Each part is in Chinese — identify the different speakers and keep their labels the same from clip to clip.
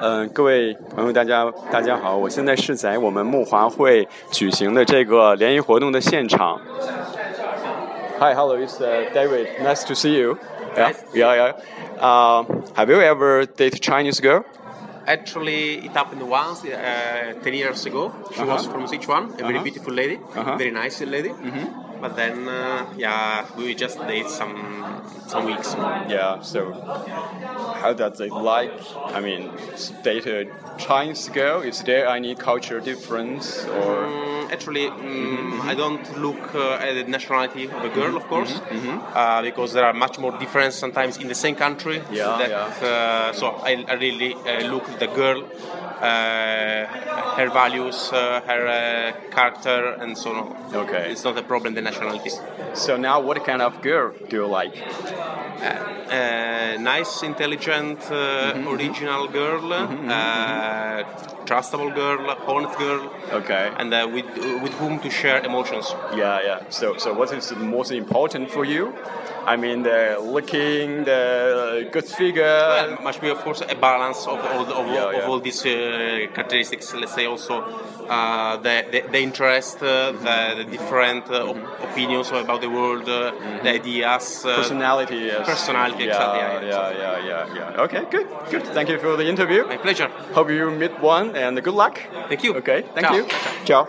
Speaker 1: 嗯、各位朋友，大家大家好，我现在是在我们木华会举行的这个联谊活动的现场。Hi, hello, it's、David. uh, Nice to see you. Yeah, yeah, yeah. Uh, have you ever dated Chinese girl?
Speaker 2: Actually, it happened once uh, 10 years ago. She was from Sichuan, a very
Speaker 1: Uh-huh.
Speaker 2: beautiful lady,
Speaker 1: Uh-huh. Mm-hmm.
Speaker 2: very nice lady. But then, uh, yeah, we just date some some weeks.
Speaker 1: Yeah. So, how does it like? I mean, date a Chinese girl? Is there any culture difference or?
Speaker 2: Mm, Actually, mm,
Speaker 1: Mm-hmm.
Speaker 2: I don't look uh, at the nationality of a girl, of course,
Speaker 1: Mm-hmm.
Speaker 2: Uh, because there are much more difference sometimes in the same country.
Speaker 1: Yeah,
Speaker 2: that,
Speaker 1: yeah.
Speaker 2: Uh, so I, I really uh, look at the girl, uh, her values, uh, her uh, character, and so on.
Speaker 1: Okay.
Speaker 2: it's not a problem the nationality.
Speaker 1: So now, what kind of girl do you like?
Speaker 2: Uh, nice, intelligent, uh,
Speaker 1: Mm-hmm,
Speaker 2: original girl, uh, trustable girl, honest girl,
Speaker 1: Okay.
Speaker 2: and uh, with with whom to share emotions.
Speaker 1: Yeah, yeah. So, so what is most important for you? I mean, the looking, the good figure.
Speaker 2: Well, uh, must be, of course, a balance of all, the, of,
Speaker 1: Yeah,
Speaker 2: of
Speaker 1: yeah.
Speaker 2: all these uh, characteristics. Let's say also uh, the, the, the interest, uh,
Speaker 1: Mm-hmm.
Speaker 2: the, the different uh, op- opinions about the world, uh,
Speaker 1: Mm-hmm.
Speaker 2: the ideas. Uh,
Speaker 1: Personality, yes.
Speaker 2: personality,
Speaker 1: yeah,
Speaker 2: exactly, yeah,
Speaker 1: yeah, yeah, yeah, yeah. Okay, good, good. Thank you for the interview.
Speaker 2: My pleasure.
Speaker 1: Hope you meet one and good luck.
Speaker 2: Thank you.
Speaker 1: Okay, thank
Speaker 2: Ciao.
Speaker 1: you. Ciao.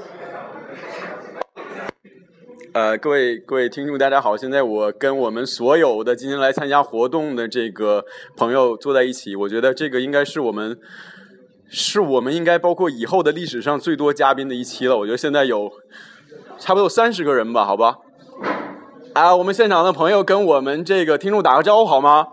Speaker 1: 呃，各位各位听众，大家好！现在我跟我们所有的今天来参加活动的这个朋友坐在一起，我觉得这个应该是我们是我们应该包括以后的历史上最多嘉宾的一期了。我觉得现在有差不多有三十个人吧，好吧？啊，我们现场的朋友跟我们这个听众打个招呼好吗？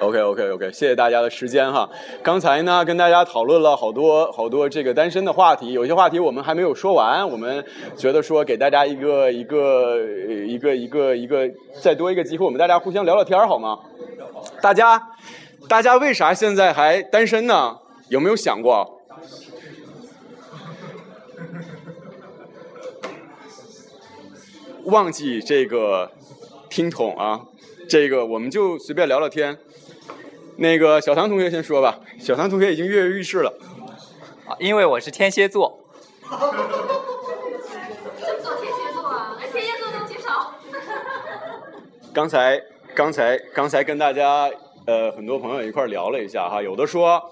Speaker 1: OK OK OK，谢谢大家的时间哈。刚才呢，跟大家讨论了好多好多这个单身的话题，有些话题我们还没有说完，我们觉得说给大家一个一个呃一个一个一个再多一个机会，我们大家互相聊聊天儿好吗？大家大家为啥现在还单身呢？有没有想过？忘记这个听筒啊，这个我们就随便聊聊天。那个小唐同学先说吧，小唐同学已经跃跃欲试了。
Speaker 3: 啊因为我是天蝎座，
Speaker 4: 做天蝎座啊，那天蝎座都极少。
Speaker 1: 刚才刚才刚才跟大家呃很多朋友一块儿聊了一下哈，有的说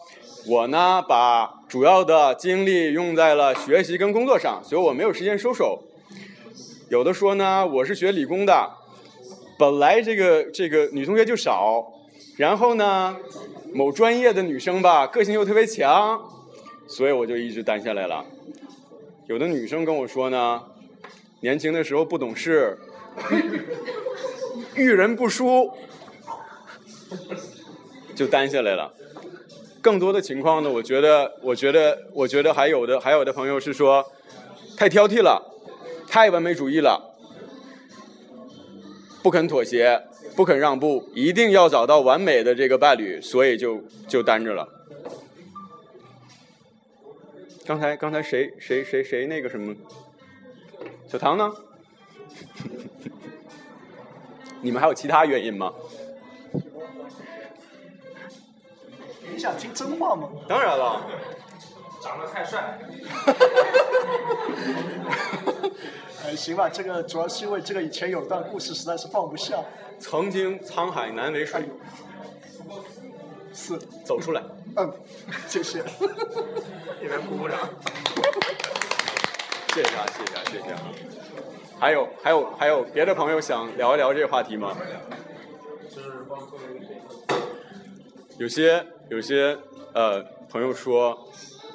Speaker 1: 我呢把主要的精力用在了学习跟工作上，所以我没有时间收手。有的说呢我是学理工的，本来这个这个女同学就少，然后呢某专业的女生吧个性又特别强，所以我就一直单下来了。有的女生跟我说呢，年轻的时候不懂事，遇人不淑， 就单下来了。更多的情况呢，我觉得，我觉得，我觉得还有的，还有的朋友是说，太挑剔了，太完美主义了，不肯妥协，不肯让步，一定要找到完美的这个伴侣，所以就就单着了。刚才刚才谁谁谁谁那个什么，小唐呢？你们还有其他原因吗？
Speaker 5: 你想听真话吗？
Speaker 1: 当然了，
Speaker 5: 哎，行吧，这个主要是因为这个以前有段故事实在是放不下。
Speaker 1: 曾经沧海难为
Speaker 5: 哎
Speaker 1: 水
Speaker 5: 呦，，是，
Speaker 1: 走出来。
Speaker 5: 嗯，谢谢。
Speaker 1: 谢谢啊，谢谢啊，谢谢啊。还有还有还有别的朋友想聊一聊这个话题吗？有些有些呃朋友说，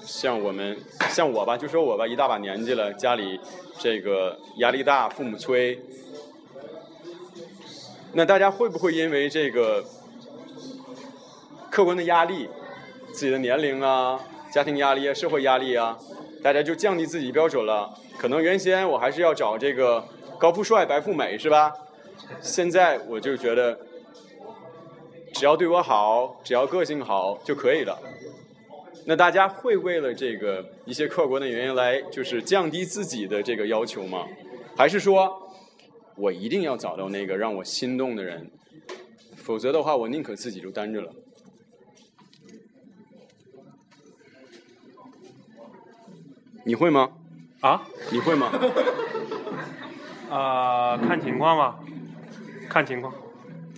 Speaker 1: 像我们像我吧，就说我吧，一大把年纪了，家里这个压力大，父母催。那大家会不会因为这个客观的压力，自己的年龄啊、家庭压力啊、社会压力啊，大家就降低自己标准了。可能原先我还是要找这个高富帅、白富美，是吧？现在我就觉得，只要对我好，只要个性好就可以了。那大家会为了这个一些客观的原因来，就是降低自己的这个要求吗？还是说，我一定要找到那个让我心动的人，否则的话，我宁可自己就单着了。你会吗？
Speaker 6: 啊
Speaker 1: 你会吗？
Speaker 6: 啊、呃看情况吧，看情况，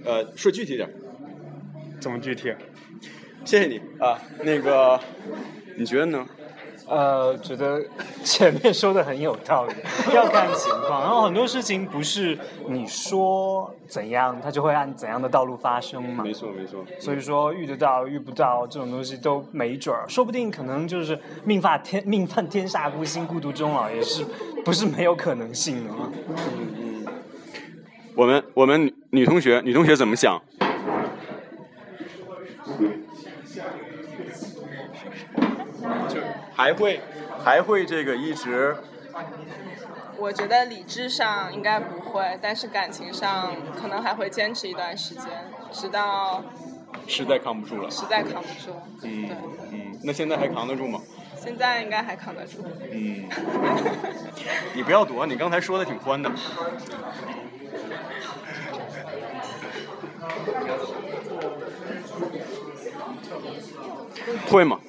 Speaker 1: 呃，说具体点儿。
Speaker 6: 怎么具体？啊
Speaker 1: 谢谢你啊，那个，你觉得呢？
Speaker 7: 呃，觉得前面说的很有道理，要看情况。然后很多事情不是你说怎样，它就会按怎样的道路发生嘛。
Speaker 1: 没错，没错。
Speaker 7: 所以说遇得到遇不到这种东西都没准儿，说不定可能就是命犯天 命犯天煞孤星孤独终老，也是不是没有可能性的嘛。
Speaker 1: 我们我们女女同学，女同学怎么想？就还会还会这个一直
Speaker 8: 我觉得理智上应该不会，但是感情上可能还会坚持一段时间，直到
Speaker 1: 实在扛不住了。
Speaker 8: 实在扛不住。
Speaker 1: 嗯
Speaker 8: 对，
Speaker 1: 嗯，那现在还扛得住吗？
Speaker 8: 现在应该还扛得住。
Speaker 1: 嗯，你不要躲，你刚才说的挺欢的。会吗？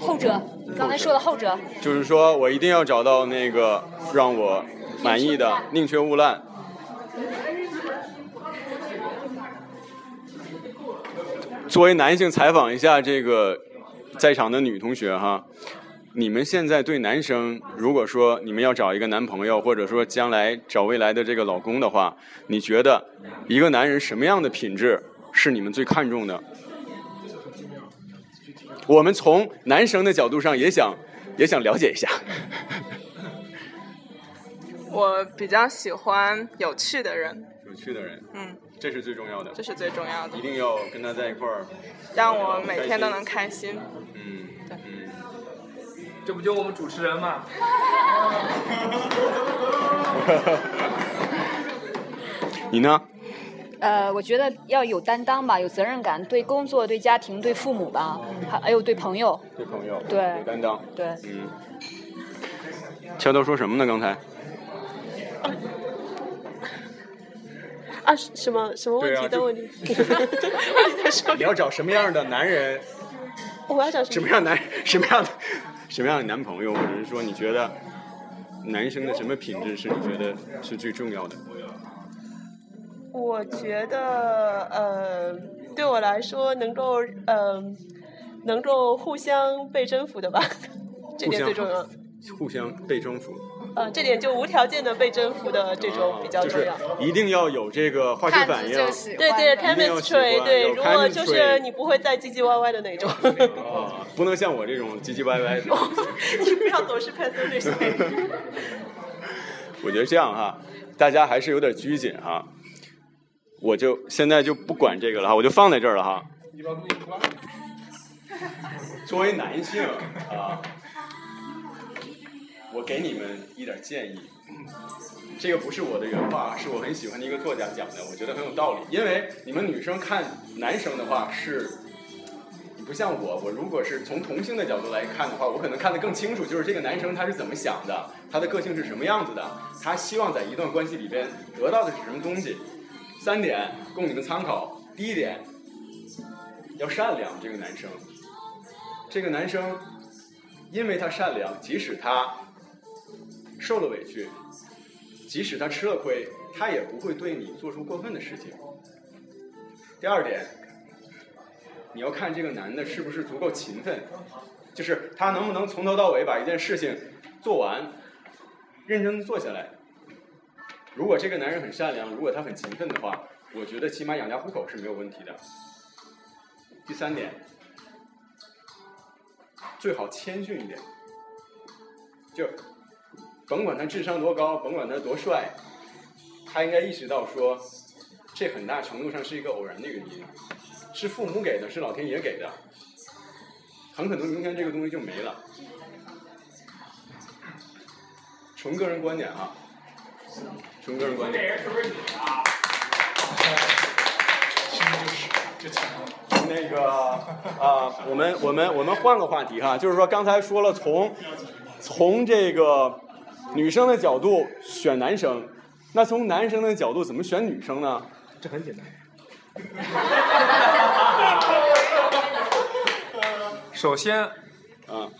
Speaker 9: 后者，你刚才说的后者，
Speaker 1: 就是说我一定要找到那个让我满意的，宁缺毋滥。作为男性，采访一下这个在场的女同学哈，你们现在对男生，如果说你们要找一个男朋友，或者说将来找未来的这个老公的话，你觉得一个男人什么样的品质是你们最看重的？我们从男生的角度上也想也想了解一下。
Speaker 8: 我比较喜欢有趣的人，
Speaker 1: 有趣的人，
Speaker 8: 嗯，
Speaker 1: 这是最重要的
Speaker 8: 这，是最重要的
Speaker 1: 一，定要跟他在一块儿。
Speaker 8: 让我每天都能开心。
Speaker 1: 嗯，嗯，
Speaker 6: 这不就我们主持人吗？
Speaker 1: 你呢？
Speaker 9: 呃，我觉得要有担当吧，有责任感，对工作、对家庭、对父母吧，还还有对朋友，
Speaker 1: 对朋友，
Speaker 9: 对
Speaker 1: 有担当，
Speaker 9: 对，
Speaker 1: 嗯。乔嗯豆说什么呢？刚才？
Speaker 10: 啊，什什么什么问
Speaker 1: 对啊
Speaker 10: 题？
Speaker 1: 就
Speaker 10: 等我你， 我你在说
Speaker 1: 你要找什么样的男人？
Speaker 10: 我要找什
Speaker 1: 什
Speaker 10: 么
Speaker 1: 么？样男？什么样的？什么样的男朋友？或者是说，你觉得男生的什么品质是你觉得是最重要的？
Speaker 10: 我觉得呃，对我来说能够呃，能够互相被征服的吧， 这点最重要。
Speaker 1: 互相被征服，
Speaker 10: 呃，这点就无条件的被征服的这种比较重要。
Speaker 1: 啊就是一定要有这个化学
Speaker 9: 看
Speaker 1: 反
Speaker 9: 着
Speaker 1: 应。
Speaker 9: 就喜欢。
Speaker 10: 对对
Speaker 1: 一定要喜欢
Speaker 10: ，chemistry，对，
Speaker 1: 有
Speaker 10: 如果
Speaker 1: chemistry
Speaker 10: 就是你不会再唧唧歪歪的那 种，
Speaker 1: 啊，不能像我这种唧唧歪歪的。
Speaker 10: 你不要总是 pessimistic。
Speaker 1: 我觉得这样哈，大家还是有点拘谨哈。我就现在就不管这个了哈，我就放在这儿了哈。作为男性啊，我给你们一点建议。这个不是我的原话，是我很喜欢的一个作家讲的，我觉得很有道理。因为你们女生看男生的话是，你不像我，我如果是从同性的角度来看的话，我可能看得更清楚，就是这个男生他是怎么想的，他的个性是什么样子的，他希望在一段关系里边得到的是什么东西。三点供你们参考：第一点，要善良这个男生，这个男生因为他善良，即使他受了委屈，即使他吃了亏，他也不会对你做出过分的事情。第二点，你要看这个男的是不是足够勤奋，就是他能不能从头到尾把一件事情做完，认真的做下来。如果这个男人很善良，如果他很勤奋的话，我觉得起码养家糊口是没有问题的。第三点，最好谦逊一点，就甭管他智商多高，甭管他多帅，他应该意识到说，这很大程度上是一个偶然的原因，是父母给的，是老天爷给的，很可能明天这个东西就没了。纯个人观点啊，纯个人观点。那个啊、我们我们我们换个话题哈，就是说刚才说了从从这个女生的角度选男生，那从男生的角度怎么选女生呢？
Speaker 6: 这很简单。首先，
Speaker 1: 嗯，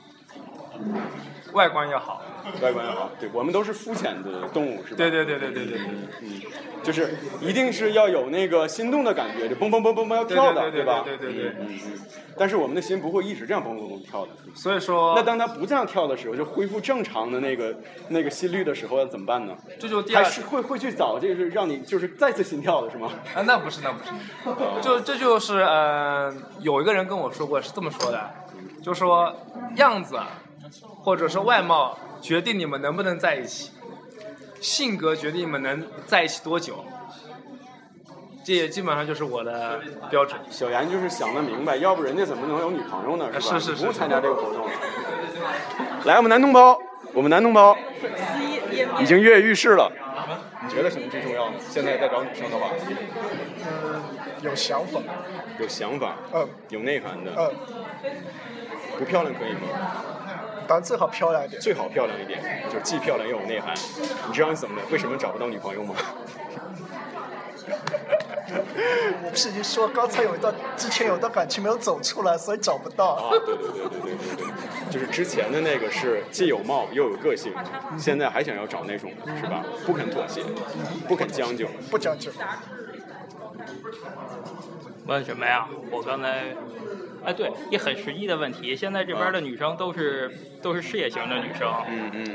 Speaker 6: 外观要好。
Speaker 1: 外观也好，对我们都是肤浅的动物，是吧？
Speaker 6: 对对对对对对对。
Speaker 1: 嗯，就是一定是要有那个心动的感觉，就蹦蹦蹦蹦蹦要跳的，
Speaker 6: 对对对
Speaker 1: 吧？
Speaker 6: 对对对对
Speaker 1: 嗯嗯嗯但是我们的心不会一直这样蹦蹦蹦跳的。
Speaker 6: 所以说，
Speaker 1: 那当它不这样跳的时候，就恢复正常的那个那个心率的时候，要怎么办呢？
Speaker 6: 这就第
Speaker 1: 还
Speaker 6: 二
Speaker 1: 是会会去找这个是让你就是再次心跳的是吗？
Speaker 6: 啊，那不是那不是，就这就是呃，有一个人跟我说过是这么说的，就说样子或者说外貌决定你们能不能在一起，性格决定你们能在一起多久。这也基本上就是我的标准。
Speaker 1: 小严就是想得明白，要不人家怎么能有女朋友呢？是吧？
Speaker 6: 啊是是是
Speaker 1: 不用参加这个活动了。来，我们男同胞，我们男同胞
Speaker 10: 粉丝页页面
Speaker 1: 已经跃跃欲试了。你觉得什么最重要呢？现在在找女生的话，
Speaker 5: 有想法，
Speaker 1: 有想法，
Speaker 5: 嗯
Speaker 1: 有内涵的，
Speaker 5: 嗯，
Speaker 1: 不漂亮可以吗？
Speaker 5: 当然最好漂亮一点，
Speaker 1: 最好漂亮一点，就是既漂亮又有内涵。你知道你怎么为什么找不到女朋友吗？
Speaker 5: 我不是已经说刚才有一段之前有一段感情没有走出来，所以找不到。
Speaker 1: 啊，对对对对对对对，就是之前的那个是既有貌又有个性，现在还想要找那种的是吧？不肯妥协，不肯将就。
Speaker 5: 不讲究，
Speaker 11: 问什么呀？我刚才，哎，对，一很实际的问题，现在这边的女生都是、都是事业型的女生。
Speaker 1: 啊嗯嗯。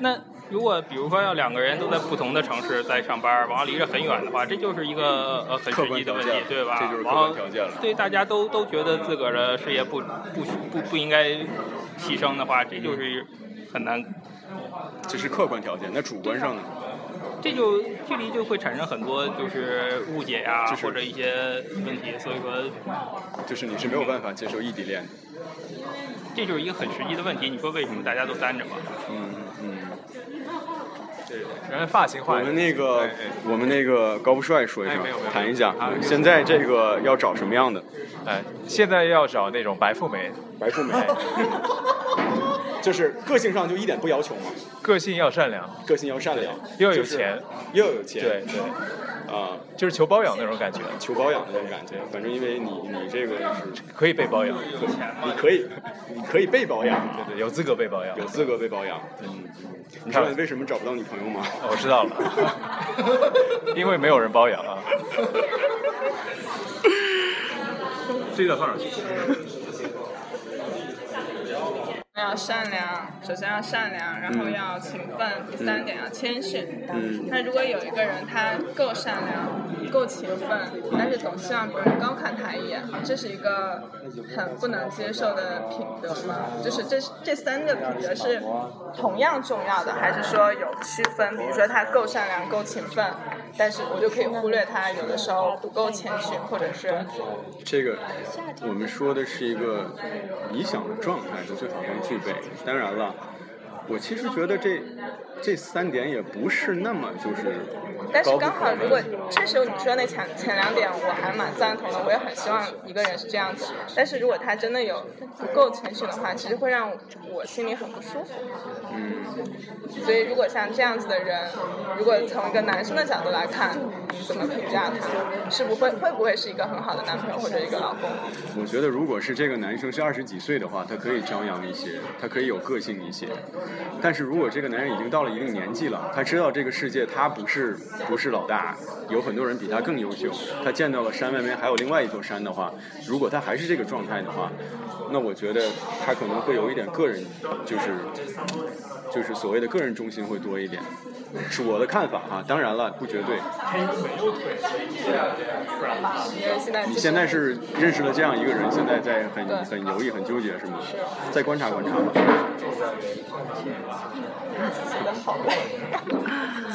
Speaker 11: 那如果比如说要两个人都在不同的城市在上班，完了离着很远的话，这就是一个呃很实际的问
Speaker 1: 客观条
Speaker 11: 题
Speaker 1: 件，
Speaker 11: 对吧？
Speaker 1: 这就是客
Speaker 11: 然
Speaker 1: 观
Speaker 11: 后
Speaker 1: 条件了
Speaker 11: 对，大家都都觉得自个儿的事业不不不不应该牺牲的话，这就是
Speaker 1: 嗯
Speaker 11: 很难，
Speaker 1: 这是客观条件，那主观上呢？
Speaker 11: 这就距离就会产生很多就是误解呀、
Speaker 1: 就是
Speaker 11: 或者一些问题，所以说
Speaker 1: 就是你是没有办法接受异地恋的。
Speaker 11: 这就是一个很实际的问题。你说为什么大家都单着嘛？
Speaker 1: 嗯嗯。
Speaker 6: 原来发型
Speaker 1: 我
Speaker 6: 换了
Speaker 1: 们那
Speaker 12: 哎
Speaker 1: 个，我们那个高富帅说一声，谈一下，现在这个要找什么样的？
Speaker 12: 啊哎，现在要找那种白富美，哎
Speaker 1: 白富美，就是个性上就一点不要求吗？
Speaker 12: 个性要善良，
Speaker 1: 个性要善良，
Speaker 12: 又有
Speaker 1: 就是
Speaker 12: 钱，
Speaker 1: 又有钱，
Speaker 12: 对对，
Speaker 1: 啊，
Speaker 12: 就是求包养那种感觉，
Speaker 1: 求包养的那种感觉。反正因为你你这个是
Speaker 12: 可以被包养，
Speaker 1: 你可以，你可以被包养，啊
Speaker 12: 对对，有资格被包养，
Speaker 1: 有资格被包养。嗯，你知道你为什么找不到女朋友吗？
Speaker 12: 哦我知道了， 因为没有人包养啊。
Speaker 6: 这个放上去。
Speaker 8: 要善良，首先要善良，然后要勤奋，第三点要谦逊。
Speaker 1: 嗯
Speaker 8: 那如果有一个人他够善良、够勤奋，但是总希望别人高看他一眼，这是一个很不能接受的品德吗？就是这这三个品德是同样重要的，还是说有区分？比如说他够善良、够勤奋，但是我就可以忽略他有的时候不够谦逊，或者是
Speaker 1: 这个我们说的是一个理想的状态是最好能具备的。当然了，我其实觉得这这三点也不是那么就是
Speaker 8: 但是
Speaker 1: 高不
Speaker 8: 刚
Speaker 1: 可
Speaker 8: 好，
Speaker 1: 攀
Speaker 8: 如果确实你说那前前两点，我还蛮赞同的，我也很希望一个人是这样子。但是如果他真的有不够谦逊的话，其实会让我心里很不舒服。
Speaker 1: 嗯，
Speaker 8: 所以如果像这样子的人，如果从一个男生的角度来看，你怎么评价他？是不会会不会是一个很好的男朋友或者一个老公？
Speaker 1: 我觉得，如果是这个男生是二十几岁的话，他可以张扬一些，他可以有个性一些。但是如果这个男人已经到了一定年纪了，他知道这个世界他不是不是老大，有很多人比他更优秀，他见到了山外面还有另外一座山的话，如果他还是这个状态的话，那我觉得他可能会有一点个人，就是就是所谓的个人中心会多一点，是我的看法哈、当然了，不绝对。
Speaker 8: 因为现在、就是、
Speaker 1: 你现在是认识了这样一个人，现在在很很犹豫、很纠结，是吗？再观察观察吧。
Speaker 8: 写的好累。